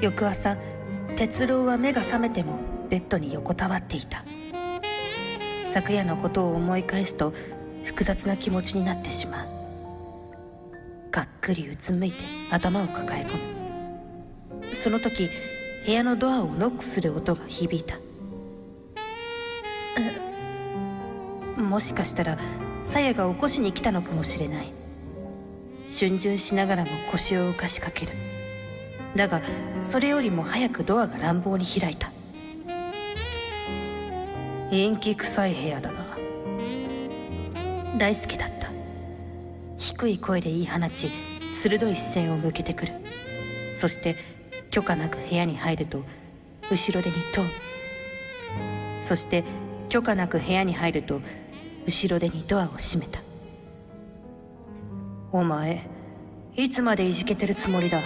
翌朝哲郎は目が覚めてもベッドに横たわっていた昨夜のことを思い返すと複雑な気持ちになってしまうがっくりうつむいて頭を抱え込むその時部屋のドアをノックする音が響いたうもしかしたらさやが起こしに来たのかもしれない逡巡しながらも腰を浮かしかけるだがそれよりも早くドアが乱暴に開いた陰気臭い部屋だな大輔だった低い声で言い放ち鋭い視線を向けてくるそして許可なく部屋に入ると後ろで2頭そして許可なく部屋に入ると後ろでにドアを閉めたお前いつまでいじけてるつもりだ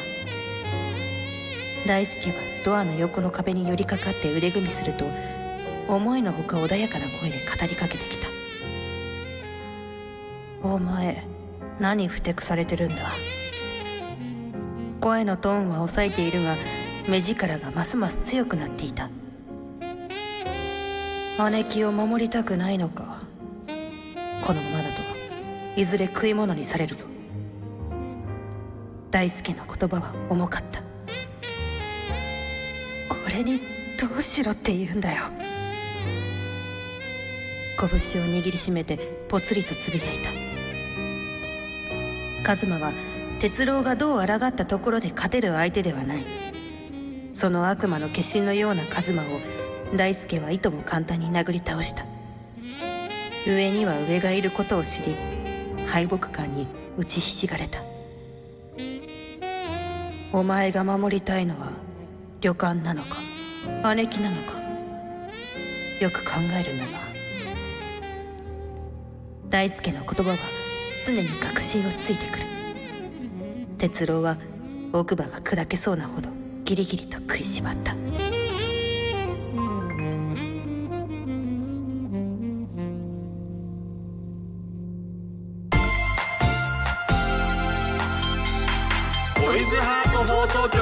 大輔はドアの横の壁に寄りかかって腕組みすると思いのほか穏やかな声で語りかけてきたお前何ふてくされてるんだ声のトーンは抑えているが目力がますます強くなっていた姉貴を守りたくないのかこのままだといずれ食い物にされるぞ大輔の言葉は重かった俺にどうしろって言うんだよ拳を握りしめてぽつりとつぶやいた一馬は哲郎がどう抗ったところで勝てる相手ではないその悪魔の化身のような一馬を大輔はいとも簡単に殴り倒した上には上がいることを知り敗北感に打ちひしがれたお前が守りたいのは旅館なのか姉貴なのかよく考えるんだな大輔の言葉は常に確信をついてくる哲郎は奥歯が砕けそうなほどギリギリと食いしばったトイズハート放送局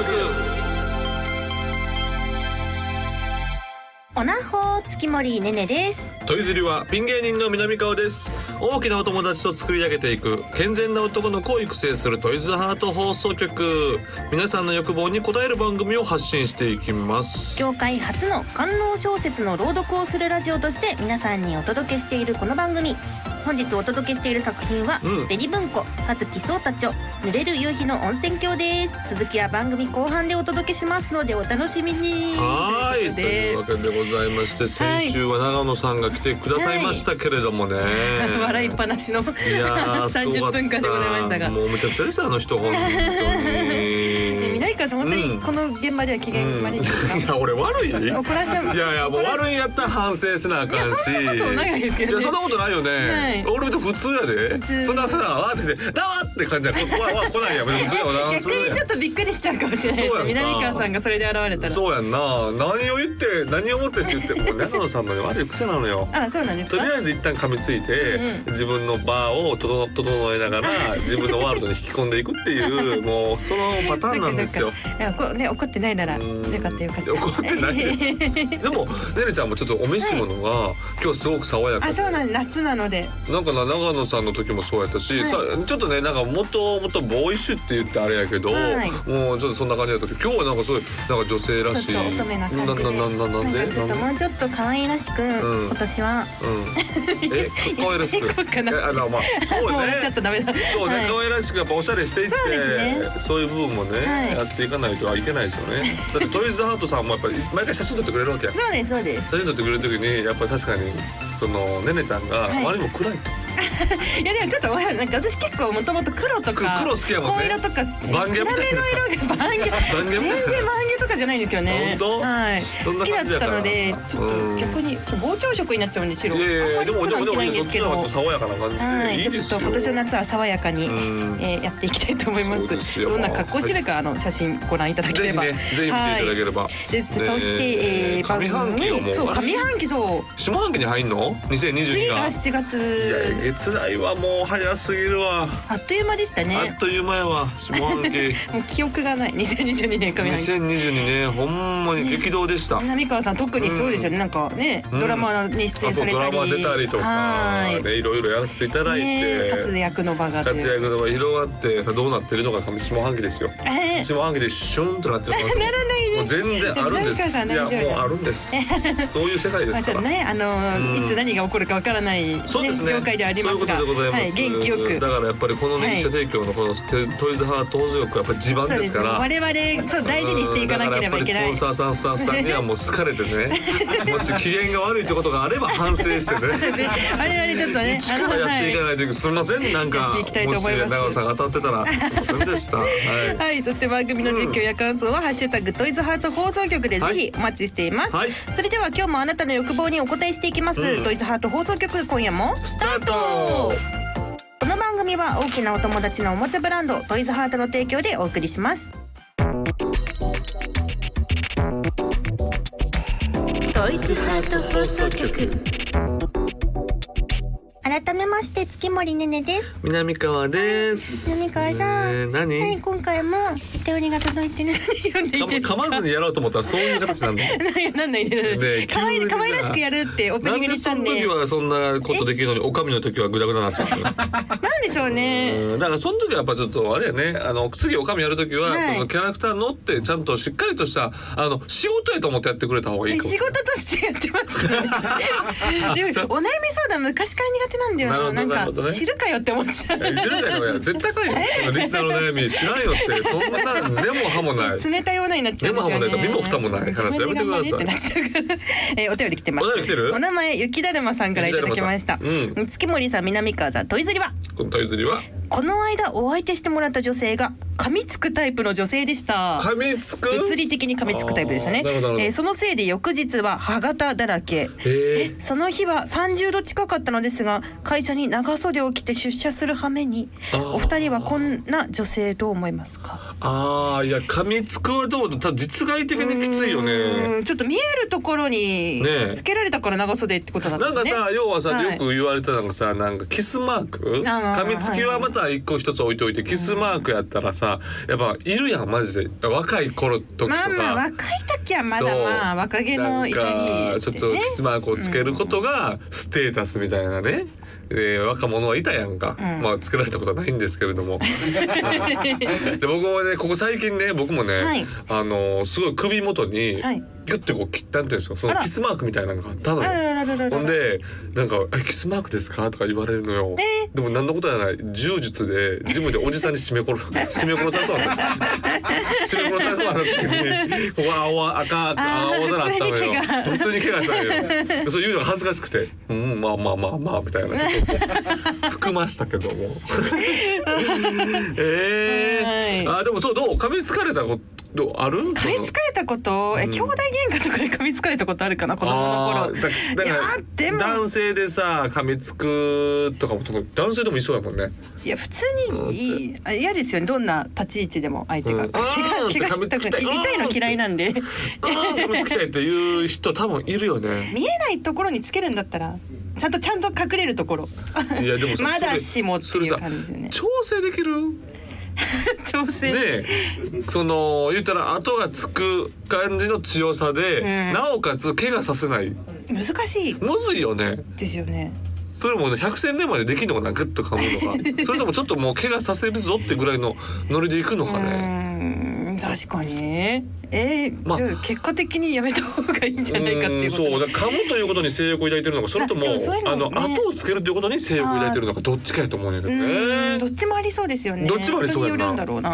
おなほ月森ねねですトイズリはピン芸人の南川です大きなお友達と作り上げていく健全な男の子を育成するトイズハート放送局皆さんの欲望に応える番組を発信していきます業界初の官能小説の朗読をするラジオとして皆さんにお届けしているこの番組本日お届けしている作品はうん「デリ文庫和樹聡太著濡れる夕日の温泉郷」です続きは番組後半でお届けしますのでお楽しみにはーいとといいううこわけでございまして先週は長野さんが来てくださいましたけれどもね、とで笑い っぱなしのい やーすごか30った分間でございましたがもうめちゃくちゃでしたあの人本当に で南川さん本当うにんこの現場では機嫌悪いんです か、いや俺悪い怒らせいやいやもう悪いやったら反省せなあかんしいやそんなことないですけどねいやそんなことないよね、は俺と普通やで普通そんなさわーってて「だわ!」って感じやこわわ来ないやん普通やわな逆それにちょっとびっくりしちゃうかもしれないでそうすやんなね南川さんがそれで現れたらそうやんな何を言って何を思ってしてってもう長野さんのね悪い癖なのよあらそうなんですとかりあえず一旦噛みついて、うんうん自分のバーを整整えながら自分のワールドに引き込んでいくっていうもうそのパターンなんですよ。いやこね怒ってないならうんよかったよかった。怒ってないですでもねねちゃんもちょっとお召し物が、今日すごく爽やかあでそうなん夏なので。なんかな長野さんの時もそうやったし、いさちょっとねなんかもっともっとボーイッシュって言ってあれやけど、はいもうちょっとそんな感じだったけど今日はなんかすごいなんか女性らしいちょっと乙女な感じでなななななんでんかちょっなとんもうちょっと可愛らしく、うん今年は。うん、え可愛ら しく言っていこうかなえあのまあそうもうねちょっとダメだ。そうね、はい可愛らしくやっぱおしゃれしていってそうですそういう部分もね、はいやっていかないといけないですよ ねだってトイズハートさんもやっぱり毎回写真撮ってくれるわけやそうですそうです。写真撮ってくれる時にやっぱり確かにそのねねちゃんが、はいあれも暗いいやでもちょっとおやなんか私結構もともと黒とかく黒好きやもんね紺色とか番犬みたいな比べの色が番犬番犬みたい全な然番犬とかじゃないんですけどね。本当はい。どん好なき感だじやっかたらのでちょっと逆に膨張色になっちゃうんで白。いやいやいあやんでもまりで関もで係ないもそっんですちけのど。方がちょっと爽やかな感じで、、はいい、いでちすよょっと今年の夏は爽やかに、えうんー、やっていきたいと思いま。そうですすよどんな格好してるか、あの写真ご覧いただけぜれひば。ねぜひ見ていただければ、はい。です。そねして、えー、上半期はもうそう上半期そう。下半期に入んの次 ?2022 がが7いや月。月内はもう早すぎるわ、あっという間でしたあ ねっ。という間やわ下半期 もう記憶がない。2022年上半期。 2022にねほんまに激動でした、南川さん特にそうですよね、なんかね、うんドラマに出あ演そさうれドたラりマ出たりとかは、いね、いろいろやらせていただいて、ね活躍の場がという活躍の場広がってどうなってるのか下半期ですよえー下半期でシュンとなってる可能性もならないでもう全然あるんですなんかさいやもうあるんです そういう世界でまあすちかょっとら、ねあのうんいつ何が起こるかわからない、ねそうですね。業界ではありますがそういうことでございます。はい、元気よくだからやっぱりこのね、記者提供のこのテトイズハート放送局はやっぱり地盤そうでですすかねら。我々ちょっと大事にしていかなければいけなうんだからやっぱいりスポンサーさんスタッフさんにはもう好かれて ねもし機嫌が悪いってことがあれば反省してねで我々ちょっとね一からやっていかないといけないすみませんなんかやっていきたいと思いまもすし長尾さんが当たってたらすみませんでした、はい、はい、そして番組の実況や感想は「ハッシュタグトイズハート放送局」でぜひお待ちしています、はいそれでは今日もあなたの欲望にお答えしていきます、うんトイズハート放送局今夜もスタートこの番組は大きなお友達のおもちゃブランドトイズハートの提供でお送りしますトイズハート放送局改めまして月森ねねです南川です南川さんえー何、はい今回もお便りが届いてるので読んでいいですかかま噛まずにやろうと思ったらそういう形なんだなんな ねいえで可急愛いにな可愛らしくやるってオープなニんングでにしそたんので時はそんなことできるのにおかみの時はグダグダになっちゃったのなんでしょうねうんだからその時はやっぱちょっとあれやねあの次おかみやる時は、はいそのキャラクター乗ってちゃんとしっかりとしたあの仕事やと思ってやってくれた方がいいえかも仕事としてやってま す、ね、でもお悩み相談昔から苦手なんだよななるほどなるなほんどか、ね知るかよって思っちゃういやいじらないのや絶対高いよリスナーの悩み知らんよってそんな根も葉もない冷たい女になっちゃうんですよね。根も葉もないと身も蓋もない話やめてください自分で頑張れってなっちゃうからえーお便り来てます。お便り来てるお名前雪だるまさんからいただきました。雪だるまさん月森さん、南川さん、トイズリは。このトイズリはこの間お相手してもらった女性が噛みつくタイプの女性でした。噛みつく物理的に噛みつくタイプでしたねあーなるほどなるほ。どえーそのせいで翌日は歯型だらけ。へーその日は30度近かったのですが会社に長袖を着て出社する羽目にあーお二人はこんな女性どう思いますかああいや噛みつくはどうだただ実害的にきついよねうんちょっと見えるところにねえつけられたから長袖ってことなんでなんすかねさ、要はさ、はいよく言われてたのがさなんかキスマークあー噛みつきはまた一個一つ置いといてキスマークやったらさやっぱいるやんマジで若い頃時とか。まあまあ若い時はまだまあ若気の至りなんかちょっとキスマークをつけることがステータスみたいなね、えー若者はいたやんか、うんまあつけられたことはないんですけれど もはいで僕はねここ最近ね僕もね、はいあのすごい首元にはいギュッてこう切ったんていうんですかそあのらキスマークみたいなのがあったのあよ。らららららほんでなんかえ「キスマークですか?」とか言われるのよ、えでも何のことやない柔術でジムでおじさんに締め殺締め殺されたわけ 締め殺されそうになった時にここは青赤青空あったのよ普通に怪我普通に怪我したのよで そういうのが恥ずかしくて「うんまあまあまあまあ」みたいなちょっとこう含ましたけど もえーはあでもそうどう噛みつかれたことある噛みつかれたこと、えうん兄弟喧嘩とかで噛みつかれたことあるかな子供あの頃ーだだいやーでからも男性でさ噛みつくとかも特に男性でもいそうやもんね。いや普通にいいあ嫌ですよねどんな立ち位置でも相手が、うん怪あ我ー怪我した噛みつきくたないい痛いの嫌いなんであー噛みつきたいっていう人多分いるよ ね。見えないところにつけるんだったらちゃんとちゃんと隠れると ころいやでもさまだしもってそれいうそれさ感じですよね調整できる調整、ねえその言ったら後がつく感じの強さで、うんなおかつ怪我させない難しいむずいよねですよねそれもね100戦目までできるのかなグッと噛むのかそれともちょっともう怪我させるぞってぐらいのノリでいくのうかねーん確かにえーまあじゃあ結果的にやめた方がいいんじゃないかっていうことんそうでだから噛むということに性欲を抱いてるのかそれともあでもそういうあのものね後をつけるということに性欲を抱いてるのかどっちかやと思うんやけどうーんどっね。ちもありそうですよねどっちもありそうやな人によるんだろううんな、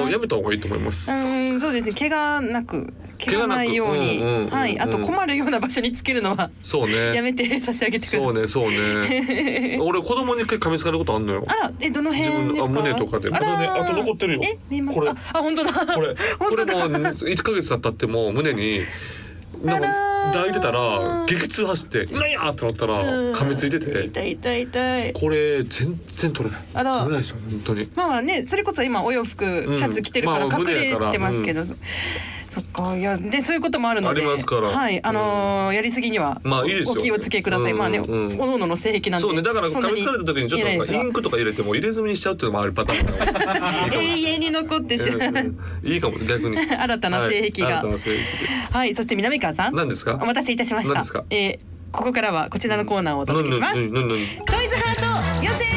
もうやめた方がいいと思います。うん、そうですね。怪我なく、怪怪我な我くないように、うんうんうんうんはい、あと困るような場所につけるのはそうやね。めて差し上げてくださそい。うねそう ね。俺子供に一回噛みつかれることあんのよあ。ら、えどの自分辺でのあすか？胸とかでまあらだねあと残ってるよ。え、見えますこれか？あ、本当だ。 これこ本れ当だもう1ヶ 月経ったってもう胸になんかあらー抱いてたら激痛走って「うらや!」ってなったらうん噛みついてて痛い痛い痛い。これ全然取れない。あら取れないですよ本当に。まあね、それこそ今お洋服、シャツ着てるかうらんまあ隠れてますけど、そっかいやでそういうこともあるのでありますからはいあのーやりすぎにはまあいいですよお気をつけください、うんまあね、うんおのおのの性癖なんでそうねだからそんな噛みつかれた時にちょっと言えななんいかですイがンクとか入れても入れ墨にしちゃうっていうのもあるパターンだから 永遠に残ってしまう、 うんいいかも逆に 新たな性癖がはい、新たな性癖はいそして南川さん何ですかお待たせいたしました何ですかえーここからはこちらのコーナーをお届けしまうす、んうんう んうんうんトイズハート予選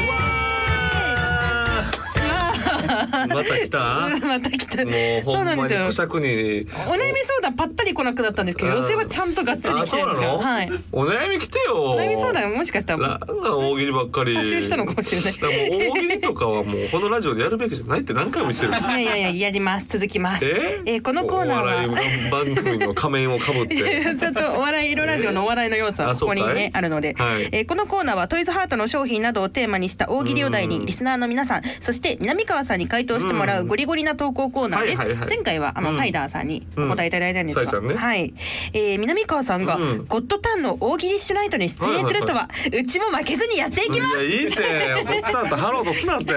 あーまた来たうわまた来たもう そほうんなんまですによくしゃくにお悩み相談ぱったり来なくなったんですけどうん予選はちゃんとがっつり来てるんであそうなすよのはい。お悩み来てよお悩み相談もしかしたなんらか大喜利ばっかり募集したのかもしれないだからもう大喜利とかはもうこのラジオでやるべきじゃないって何回も言ってるいやいやいややります続きますえ えーこのコーナーはお笑い番組の仮面をかぶって ちょっとお笑い色ラジオのお笑いの要素はあここにそうかねいあるので、はいえーこのコーナーはトイズハートの商品などをテーマにした大喜利を題うにんリスナーの皆さんそして南川さんに回答してもらううんゴリゴリな投稿コーナーです、はいはいはい前回はあの、うんサイダーさんにお答えいただいたんですうんサイちが、ゃんねはい、えー南川さんが、うんゴッドタンの大喜利シュナイトに出演するとは,、うちも負けずにやっていきますいやいいってゴッドタンとハローとす なってゴ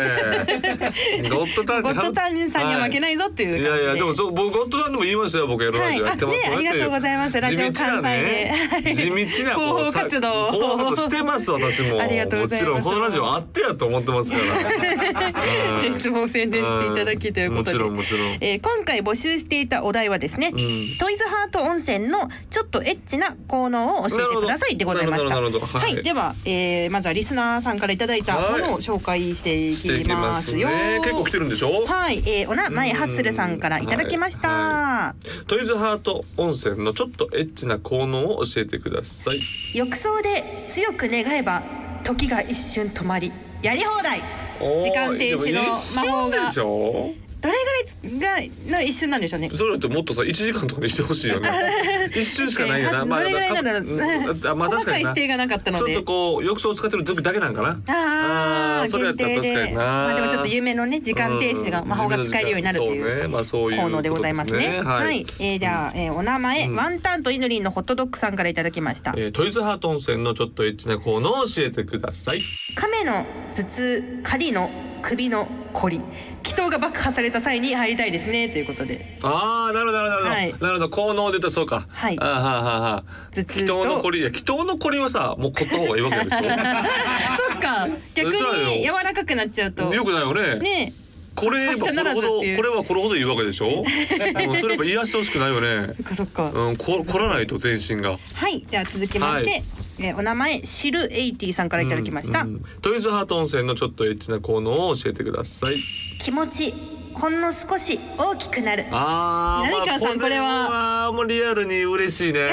ッドタンゴッドタンさんには負けいないぞっていうい感じで、やいやでもそう僕ゴッドタンでも言いましたよ僕やるラはジい、オやあってますよ、ね、ありがとうございます。ラジオ地道関な西ねで。地道なもう広報さ活動を。広報活動してます私もありがとうございまもちろすんこのラジオあってやと思って ますからはい質問を宣伝していただきということうんもで。ちろんもちえー今回募集していたお題はですね、んトイズハート温泉のちょっとエッチな効能を教えてくださいでございましたなるほどなるほどは、はいいでは、えーまずはリスナーさんからいただいたものを紹介していろんしていききまますすよ、ね結構来てるんでしょはい、えーお名前うんハッスルさんからいただきました、はトイズハート温泉のちょっとエッチな効能を教えてください浴槽で強く願えば時が一瞬止まりやり放題おー時間停止の魔法がでも一瞬でしょどれぐらいがの一瞬なんでしょうねそれだってもっとさ1時間とかにしてほしいよ ね一瞬しかないよなあどれぐらいなんだろう あまあ確細かかにい指な定がなかったのちょっでとこう浴槽を使ってる時だけなんかなあああーそれや限ったら確定かでになまあでもちょっと有名のね時間停止がうん魔法が使えるようになるといそううねまあそういう効能でございますねことですはい、はいえーじゃあ、えーお名前、うんワンタンとイノリンのホットドッグさんからいただきました、えートイズハート温泉のちょっとエッチな効能を教えてください亀の頭痛狩りの首のこり気筒が爆破された際に入りたいですねということでああなるほどなるほど、はいなるほど効能で言うとそうかはいあーはあはあはあ頭痛祈と祷のこりいや祈祷のこりはさもう凝った方がいいわけ でしそっか逆そうだによ柔らかくなっちゃうとょよくないよねねこれは発射こなられずほってどこいうれはこれほどいいわけ でしょ、うん、それやっぱ癒してほしくないよねそっかそっか、うんこ凝らないと全身がはいじゃあ続きまして、はいえーお名前シルエイティさんからいただきました、うんうんトイズハート温泉のちょっとエッチな効能を教えてください気持ちほんの少し大きくなるあー浪川さんまあこれははもうリアルに嬉しいね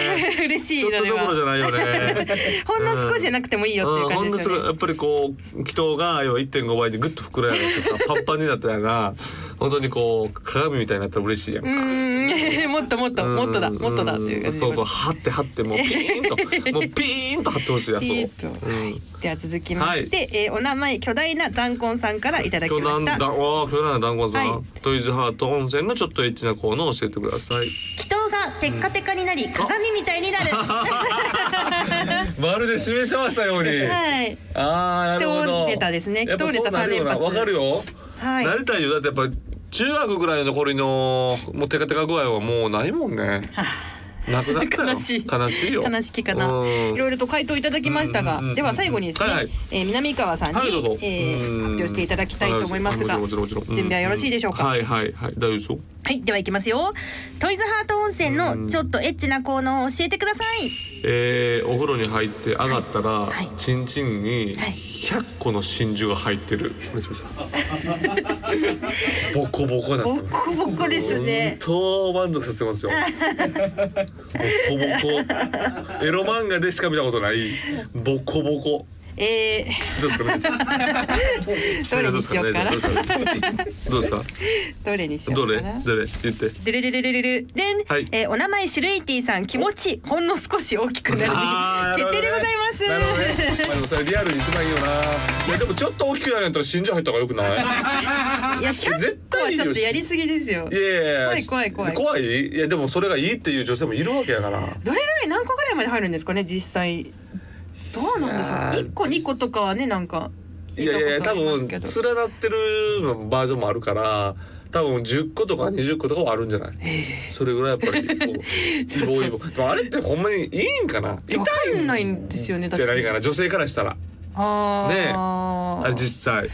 嬉 しいちょのっとでどころじゃなはいよ ねほんの少しじゃなくてもいいよっていううん、ほ感んじのですすよぐね、やっぱりこう気筒が要は1.5倍でぐっと膨らんでさパンパンになったような本当にこう鏡みたいになったら嬉しいやんうーんもっともっと もっとだもっとだっていう感じでそうそう張って張ってもうピーンともうピーンと張ってほしいやつピーをッと、うんでは続きまして、えーお名前巨大な弾痕さんからいただき今ま日なんしただわあ今日なんだんごさん、はトイズハート温泉のちょっとエッチなコーナーを教えてください祈祷がテッカテカになり鏡みたいに なるまるで示しましたようにはいああなるほど祈祷ネタですねやっぱ祈祷ネタそうなるよな三連発わかるよ、はいなりたいよだってやっぱ中学ぐらいの頃のもうテカテカ具合はもうないもんねなくなったよ悲しい悲しいよ悲しきかなうんいろいろと回答いただきましたうんうが、んうんうんでは最後にですね、はいはいえー南川さんに、はいどうぞ、えーうん発表していただきたいと思いますが、もちろんもちろんもちろん準備はよろしいでしょうか、んはいはいはい大丈夫でしょうはい、ではいきますよ。トイズハート温泉のちょっとエッチな効能を教えてください。えーお風呂に入って上がったら、いチンチンにはい100個の真珠が入ってる、ボコボコになってボまコボコですね本当満足させてますよボコボコエロ漫画でしか見たことないボコボコえどうですかねー、どれにしようかなどうですかねどうですかどれにしよどうかれなどれ言ってでれれれれれれでん、はいえーお名前シルエイティさん気持ちほんの少し大きくなあるー決定でございますなるほどね。まあでもそれリアルに一番いいよな。いやでもちょっと大きくなるんやったら心情入った方が良くない。いや100個はちょっとやりすぎですよいやいやや怖い怖い怖い怖い。いやでもそれがいいっていう女性もいるわけやから。どれぐらい何個ぐらいまで入るんですかね実際どうなんでしょいやうー一個二個とかはねなんかいやいやいや多聞いたことあります分け連どなってるバージョンもあるから多分10個とか20個とかはあるんじゃない、それぐらいやっぱりこう ちイょっとボイボでもあれってほんまにいいんかな痛いわかんないんですよねだっじてゃないかな女性からしたらあねえああれ実際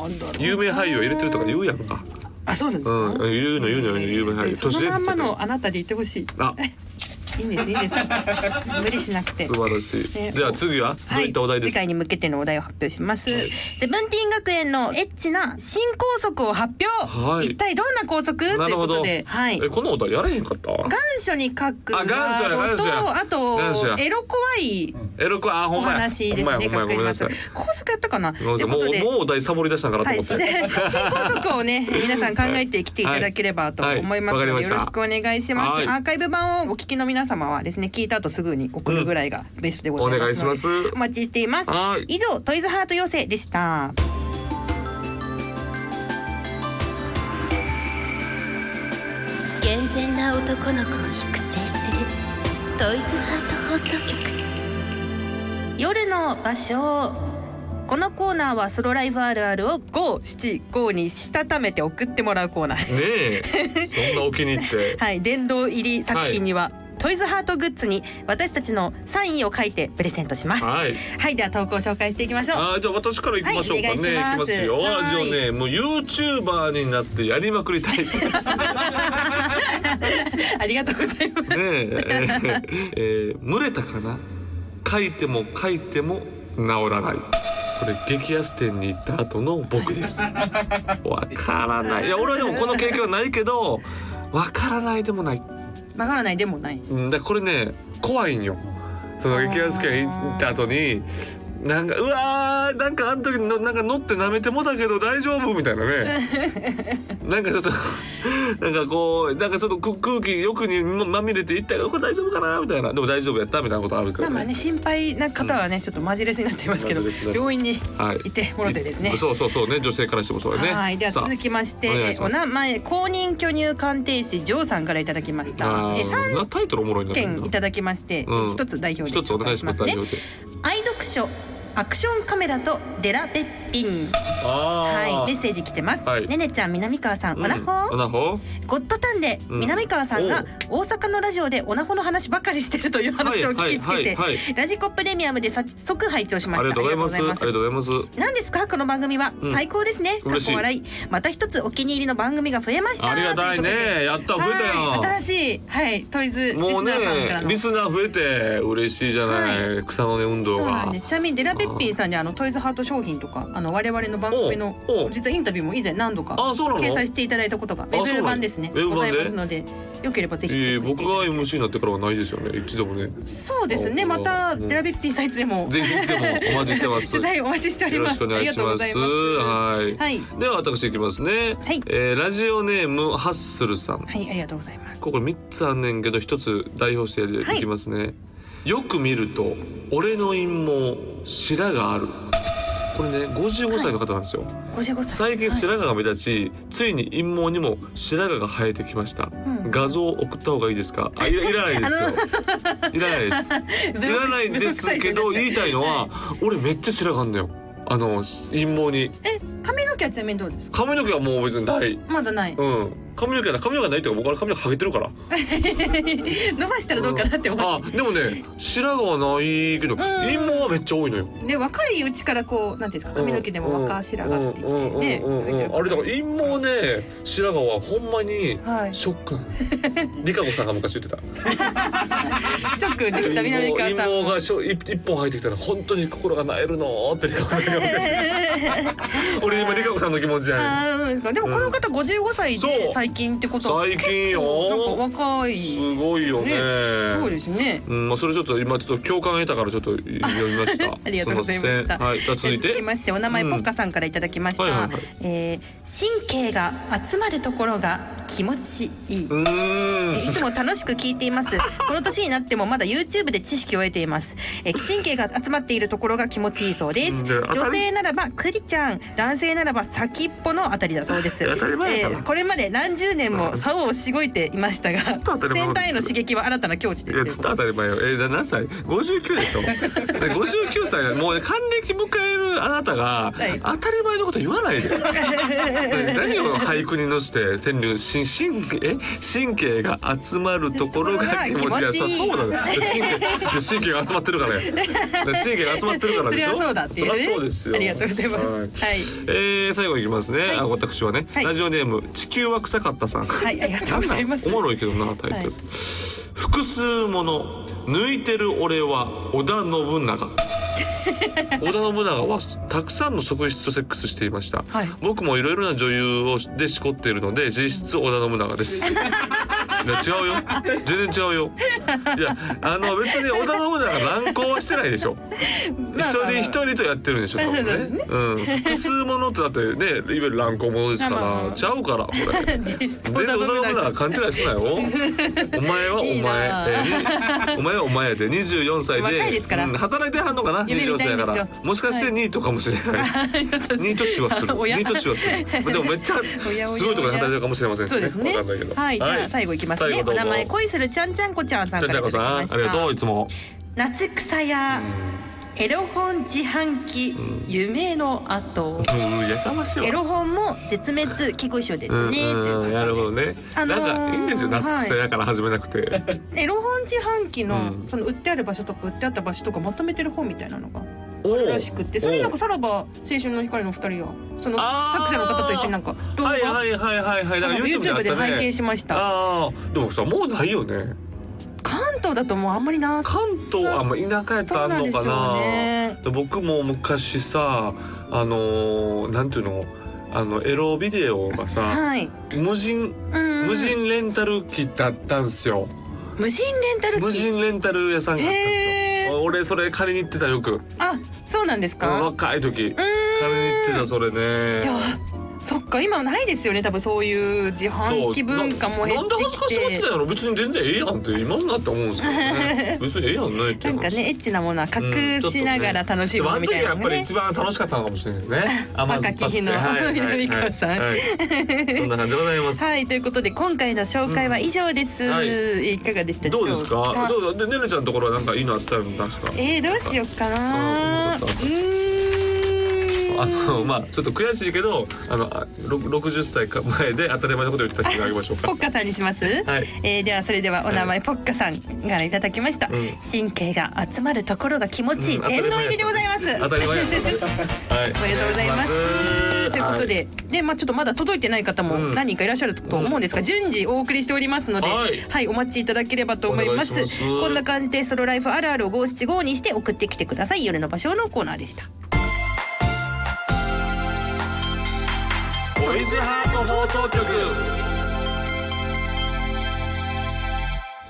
なんだろう有名俳優は入れてるとか言うやんかあそうなんですか、うん言うの言うの言うの有名俳優そのまんま年齢のあなたで言ってほしいあいいんですいいん です無理しなくて素晴ら しねいでは次はどういったお題で次すか、回に向けてのお題を発表します、はいセブンティーン学園のエッチな新校則を発表、はい一体どんな校則というなるこほとどで、はい、えこのお題やれへんかった願書に書くワあ願書やードと願書やあ願書とやエロ怖いエロくあほおんまや話でほすんまねやほんまや学ごめ園んマなスさタいー高速やったかなとごめんなさいいうもことでうもうお題サボり出したんかなとは思い、っ、して新高速 をね皆さん考えてきていただければと思いますので、はいはいわかりましよたろしくお願いします、はいアーカイブ版をお聞きの皆様はですね聞いた後すぐに送るぐらいがベストでございますので、うんお願いしますお待ちしていますはい以上トイズハート妖精でした健全な男の子を育成するトイズハート放送局夜の場所このコーナーはソロライブあるあるを5、7、5にしたためて送ってもらうコーナー です。ねえそんなお気に入ってはい、殿堂入り作品には、トイズハートグッズに私たちのサインを書いてプレゼントします。ははいい、では投稿紹介していきましょう。あーじゃあ私から行きましょうかね、はいお願いします行きますよはいラジオネーム YouTuber になってやりまくりたいねありがとうござい ます。ええー蒸れたかな書いても書いても治らないこれ激安店に行った後の僕 ですわからないいや俺はでもこの経験はないけどわからないでもないわからないでもない。うん、だからこれね怖いんよその激安券行った後になんかうわーなんかあの時のなんか乗って舐めてもだけど大丈夫みたいな ねなんかちょっとなんかこうなんかちょっとく空気よくにままみれていったけどこれ大丈夫かなみたいなでも大丈夫やったみたいなことあるかまあらまあね、心配な方はね、ちょっとマジレスになっちゃいますけどマジレスだ、ね病院にはい行ってもろてですね。そうそうそうね女性からしてもそうだねはい、ではさあ続きまして、お願えいしーおます名前公認巨乳鑑定士ジョーさんからいただきました。あえーー三なタイトルおもろいなみん件ないただきまして、うん一つ代表で一つお紹願介いししまますすね代。表で愛読書アクションカメラとデラべっぴん。はあい、メッーセージ来てます。はいねねちゃん、南川さん、うんおなほおなほゴッドタンで、うん南川さんが大阪のラジオでオナホの話ばかりしてるという話を聞きつけて、はいはいはいはいラジコプレミアムで早速拝聴しましたありがとうございますありがとうございます何ですかこの番組は、うん最高ですねかっ嬉しいこ笑いまた一つお気に入りの番組が増えましたありがたいとうことでね。やった増えたよ。はい、新しいはいトイズリスナもうねーさんからのリスナー増えて嬉しいじゃない、草の根運動そうなんがですちなみにデラベッピンさんにあのトイズハート商品とかあの我々の番組のおうおう実はインタビューも以前何度かあそうなの掲載していただいたことがウそうェなのブ版ですねウェブござ版いでますのでよければぜえひチェーックし僕ていただがいて MC になってからはないですよね一度もねそうですねまたうんデラベッピンさんいつでもぜひいつでもお待ちしてま す取材お待ちしておりよろましすくお願いしますありがとうございまはい、すはいでは私いきますね、はいえーラジオネームハッスルさん、はいありがとうございますここ3つあんねんけど1つ代表してやっていきますね、よく見ると俺の陰謀白があるこれね55歳の方なんですよ、 55歳最近白髪が目立ち、ついに陰毛にも白髪が生えてきました、ん画像送った方がいいですかあいらいらないですよ いらないですいらない ですけど言いたいのは、俺めっちゃ白髪あんだよあの陰毛にえ髪の毛はちなみにどうですか髪の毛はもう別にないまだないうん髪の毛は髪の毛はないっていうか僕は髪の毛はげてるから伸ばしたらどうかなって思あでもね白髪はないけど陰毛はめっちゃ多いのようで若いうちからこうなんていうんですか髪の毛でも若白髪ってきてねうんうんうんうんうんあれだから陰毛ね白髪はほんまにはいショックな のリカゴさんが昔言ってたショックでした陰南謀川陰さん謀がしょ一一本入ってきたら本当に心が萎えるのーってリカゴさんが言っ てた俺今リカゴさんの気持ちやねんあーそうですかでもこの方55歳そでう最近ってことは最近なんかよ若いすごいよねねそうですねうんまあそれちょっと今ちょっと共感得たからちょっと読みました ありがとうございましすまたせんはいじゃあ続いてましてお名前うんポッカさんからいただきました、はいはいはいえー神経が集まるところが気持ちいいうーんいつも楽しく聞いてい ます。この年になってもまだ YouTube で知識を得ています。え神経が集まっているところが気持ちいいそうです。で当たり女性ならばクリちゃん、男性ならば先っぽのあたりだそうです。当たり前やからえーこれまで何十年も竿をしごいていましたが、先と当たり前端への刺激は新たな境地でいすやといずうっことと。当たり前よえー、何歳 ?59 で しょで ?59 歳だもうね還暦迎えるあなたが、はい当たり前のこと言わないで何を俳句にのして川柳し神え神経が集まるところが気持ところちががそう気持ちいいそうなのよで神経で神経が集まってるからねで神経が集まってるから そでれしょはそうだっていう、そね。りゃそうですよありがとうございます。ははい。えー、最後いきますね、あ私はね、はいラジオネーム地球は臭かったさんはい、ありがとうございます。おもろいけどなタイトル、はい複数もの抜いてる俺は織田信長織田信長はたくさんの側室とセックスしていました、はい僕もいろいろな女優をでしこっているので実質織田信長です いや違うよ全然違うよいやあの別に織田信長乱行はしてないでしょま一あまあまあ人一人とやってるんでしょ多 分ねうん複数ものってだってねいわゆる乱行ものですから、まあまあまあちゃうからこれ実質全然大織田信人長だ勘違いしないよ。お前はお前、いいなあえーお前はお前やで、二十四歳で若いですからうん働いてはんのかな、二夢十四見たい歳んだですよから、もしかしてはいニートかもしれない。 ニート死はする、ニ親ート死はする。でもめっちおやおやゃすごいところで働いてるかもしれませんしそうですねわかんないけど。はい、じゃあ最後いきます最ね。後どおう名も前恋するちゃんちゃんこちゃんさんじかゃあらじゃいあただこきさん、ありました。がとう、いつも。夏草やエロ本自販機、夢の後うん、やかましいわ。エロ本も絶滅危惧種でうすんね、うん、なるほどね。あのーなんかいいんですよ、夏草やから始めなくて。エロ本自販機の,、うんその売ってある場所とか売ってあった場所とかまとめてる本みたいなのがおおらしくってそれになんかさらば青春の光のお二人やそのあー作者の方と一緒になんか動画、はいはいはいはいはい、だから YouTube YouTube でであったね拝見しましたああ、でもさ、もうないよね。関東だともうあんまりな関東はあんま田舎やったらあんのかそうななんでしょうね僕も昔さあのーなんていうのあのエロビデオがさはい、無人うんうん無人レンタル機だったんすよ無人レンタル無機人レンタル屋さんがあったんですへよ俺それ借りに行ってたよくあそうなんですか若い時う借ーんりに行ってたそれいやねそっか今ないですよね多分そういう自販機文化も減なっんてで恥ずかきしがっててたんやろ別に全然ええやんって今になって思うんですけど ね別にええやんねってないう話んかねエッチなものは隠しながら楽しでむもあのみ時たはいやなっのぱがりね一番楽しかったのかもしれないです ね。甘酸っぱくて若き日のはいはいはいみなみかわさんはいそんな感じでございます。はいということで今回の紹介は以上です、うんはいいかがでしたでしどょううかですか。どうだでねるちゃんのところはなんかいいのあったんですか。えー、どうしようかなあうー思い出したーんあのまあちょっと悔しいけどあのあろ六十歳か前で当たり前のことを言ってた人があげましょうポか。ッカさんにします、はいえーではそれではお名前ポッカさんからいただきました、うん神経が集まるところが気持ちいい、うん天皇入りでございます当たり前やった。はい。 おめでとうございますということで、でまあちょっとまだ届いてない方もうん何人かいらっしゃると思うんですが、順次お送りしておりますので、ははいい、お待ちいただければと思いますお願いしますこんな感じでソロライフあるあるを五七五にして送ってきてください。夜の場所のコーナーでした。はい。ボイズハート放送局。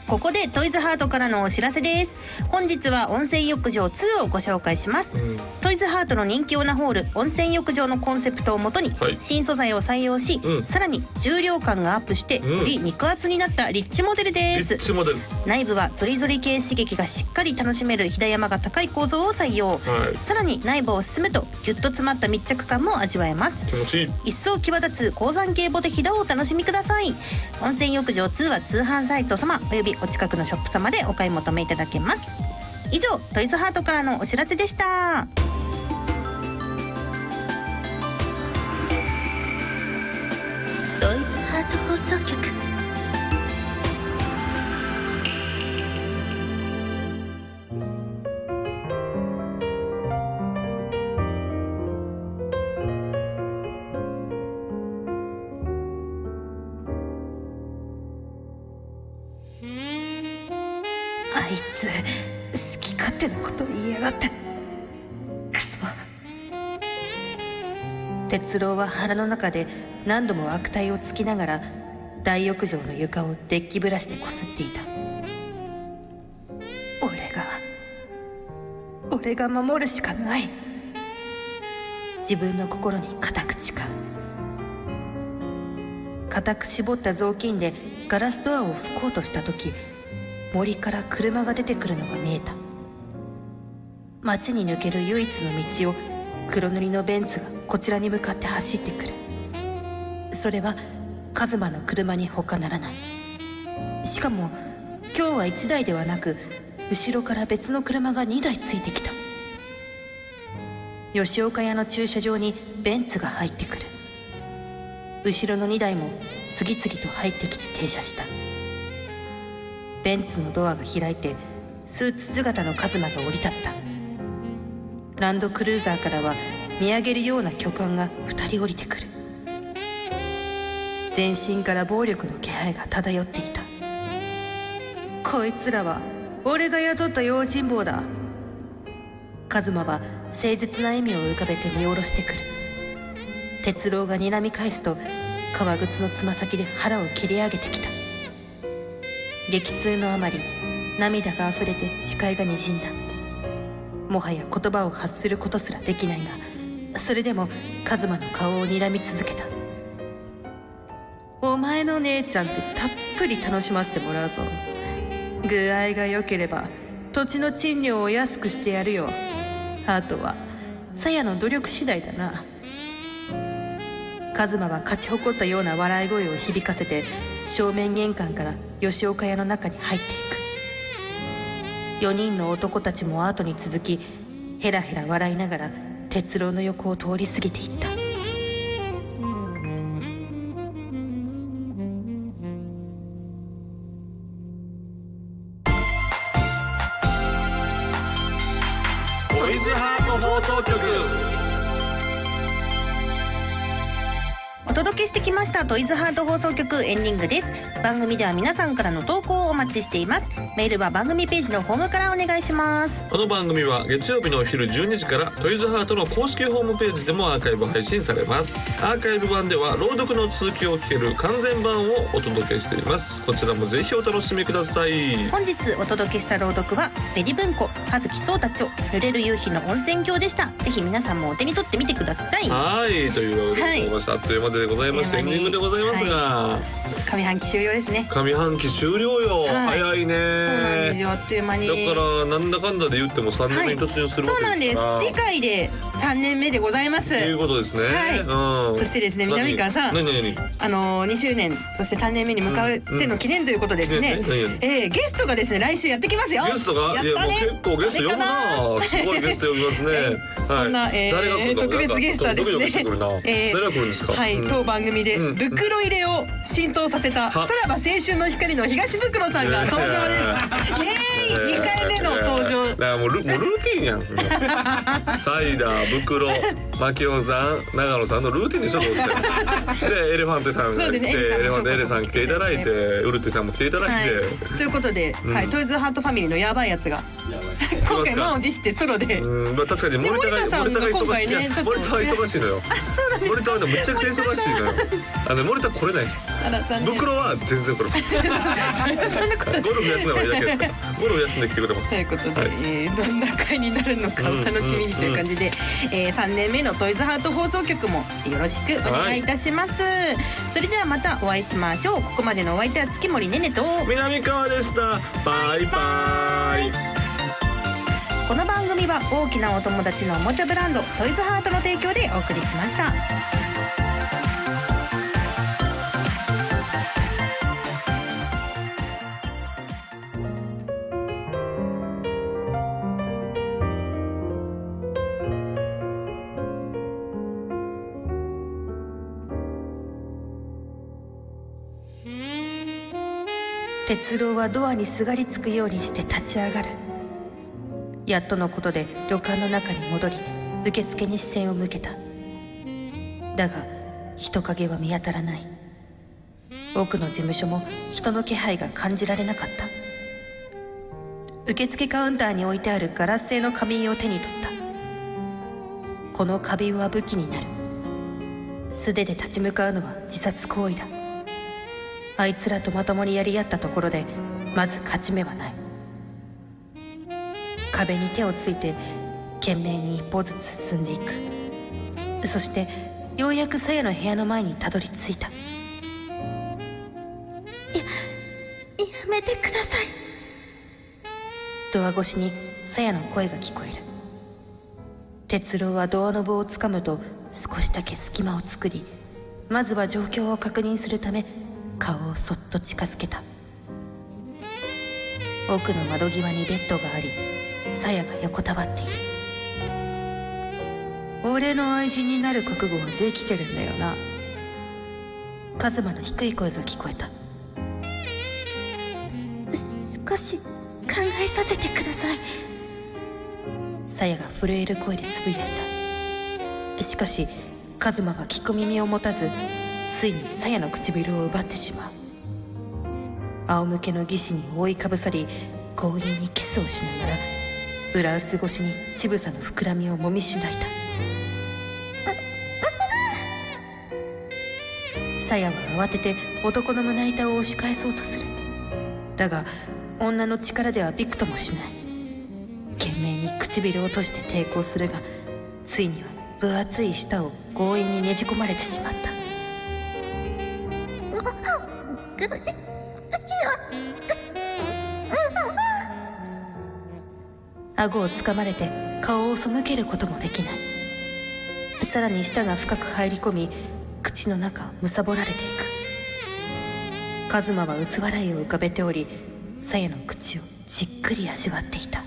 ここでトイズハートからのお知らせです。本日は温泉浴場2をご紹介します。んトイズハートの人気オーナーホール温泉浴場のコンセプトをもとに、はい新素材を採用し、うんさらに重量感がアップして、うんより肉厚になったリッチモデルでリすッ。チモデル。内部はゾリゾリ系刺激がしっかり楽しめる平山が高い構造を採用、はいさらに内部を進むとギュッと詰まった密着感も味わえます気持ちいい。一層際立つ高山系ボテヒダをお楽しみください温泉浴場2は通販サイト様およびお近くのショップ様でお買い求めいただけます以上トイズハートからのお知らせでしたドイツハート放送局あいつ好き勝手なこと言いやがってクソ哲郎は腹の中で何度も悪態をつきながら大浴場の床をデッキブラシでこすっていた俺が俺が守るしかない自分の心に固く誓う固く絞った雑巾でガラスドアを拭こうとした時森から車が出てくるのが見えた街に抜ける唯一の道を黒塗りのベンツがこちらに向かって走ってくるそれはカズマの車に他ならないしかも今日は1台ではなく後ろから別の車が2台ついてきた吉岡屋の駐車場にベンツが入ってくる後ろの2台も次々と入ってきて停車したベンツのドアが開いてスーツ姿のカズマが降り立ったランドクルーザーからは見上げるような巨漢が2人降りてくる全身から暴力の気配が漂っていたこいつらは俺が雇った用心棒だカズマは誠実な笑みを浮かべて見下ろしてくる鉄郎が睨み返すと革靴のつま先で腹を蹴り上げてきた激痛のあまり涙が溢れて視界がにじんだもはや言葉を発することすらできないがそれでもカズマの顔を睨み続けたお前の姉ちゃんってたっぷり楽しませてもらうぞ具合が良ければ土地の賃料を安くしてやるよあとはさやの努力次第だなカズマは勝ち誇ったような笑い声を響かせて正面玄関から吉岡屋の中に入っていく4人の男たちも後に続きヘラヘラ笑いながら哲郎の横を通り過ぎていったトイズハート放送局お届けしてきましたトイズハート放送局エンディングです番組では皆さんからの投稿をお待ちしていますメールは番組ページのホームからお願いしますこの番組は月曜日のお昼12時からトイズハートの公式ホームページでもアーカイブ配信されますアーカイブ版では朗読の続きを聞ける完全版をお届けしていますこちらもぜひお楽しみください本日お届けした朗読は「ベリ文庫葉月聡太著濡れる夕日の温泉郷」でしたぜひ皆さんもお手に取ってみてくださいはいというわけでございました、あっという間でございましてエあンっディンとグいう間にでございますが、上半期終了ですね上半期終了よ、はい早いそうなんですねよあっという間にだからなんだかんだで言っても3年目に突入するわそうなけんでですすから、次回で3年目でございまというすことですね、はいうんそしてですね南川さん何何何あのー、2周年そして3年目に向かうっての記念ということですね、うんうんえーゲストがですね来週やってきますよゲストが、やっいやたもうね結構ゲスト呼ぶなすごいゲスト呼びます ねはいそんな、えー誰が来るか特別ゲストはですねなんかドキドキしてくるな、 えー誰が来るんですかはい、うん当番組でうん袋入れを浸透させた、さはらば青春の光の東袋さんが登場です。イエーイ、二回目の登だ場。からもうルもうルーティンやん サイダー袋マキオンさん長野さんのルーティンでしょどうせ でエレファンテさんが来て、そうですねエエレレファファンンテテエレさん来ていただいてウルテさんも来ていただはいて、い、ということで、んはい、トイズハートファミリーのやばいやつが。今回満を持してソロで。うんまあ確かに森田森田がさん森田が今忙し回い、ねね、ちょっと森田は忙しいのよ 森田はねむちゃくちゃ忙しいのよあの森田来れないですあら、残念。袋は全然来 れますそんなことないゴルフ休めばいいだけですからゴルフ休んできてくれますということで、はいえーどんな回になるのかお楽しみにという感じで、え3年目のトイズハート放送局もよろしくお願いいたします、それではまたお会いしましょうここまでのお相手は月森ねねと南川でしたバイバイこの番組は大きなお友達のおもちゃブランドトイズハートの提供でお送りしました哲郎はドアにすがりつくようにして立ち上がるやっとのことで旅館の中に戻り受付に視線を向けただが人影は見当たらない奥の事務所も人の気配が感じられなかった受付カウンターに置いてあるガラス製の花瓶を手に取ったこの花瓶は武器になる素手で立ち向かうのは自殺行為だあいつらとまともにやり合ったところでまず勝ち目はない壁に手をついて懸命に一歩ずつ進んでいくそしてようやく鞘の部屋の前にたどり着いたてくださいドア越しにさやの声が聞こえる哲郎はドアノブをつかむと少しだけ隙間を作りまずは状況を確認するため顔をそっと近づけた奥の窓際にベッドがありさやが横たわっている俺の愛人になる覚悟はできてるんだよなカズマの低い声が聞こえた少し考えさせてくださいさやが震える声でつぶやいたしかしカズマが聞く耳を持たずついにさやの唇を奪ってしまう仰向けの義士に覆いかぶさり強引にキスをしながら裏薄越しに乳房の膨らみをもみしないたさやは慌てて男の胸板を押し返そうとするだが女の力ではびくともしない懸命に唇を閉じて抵抗するがついには分厚い舌を強引にねじ込まれてしまった顎をつかまれて顔を背けることもできないさらに舌が深く入り込み口の中を貪られていくカズマは薄笑いを浮かべておりさやの口をじっくり味わっていた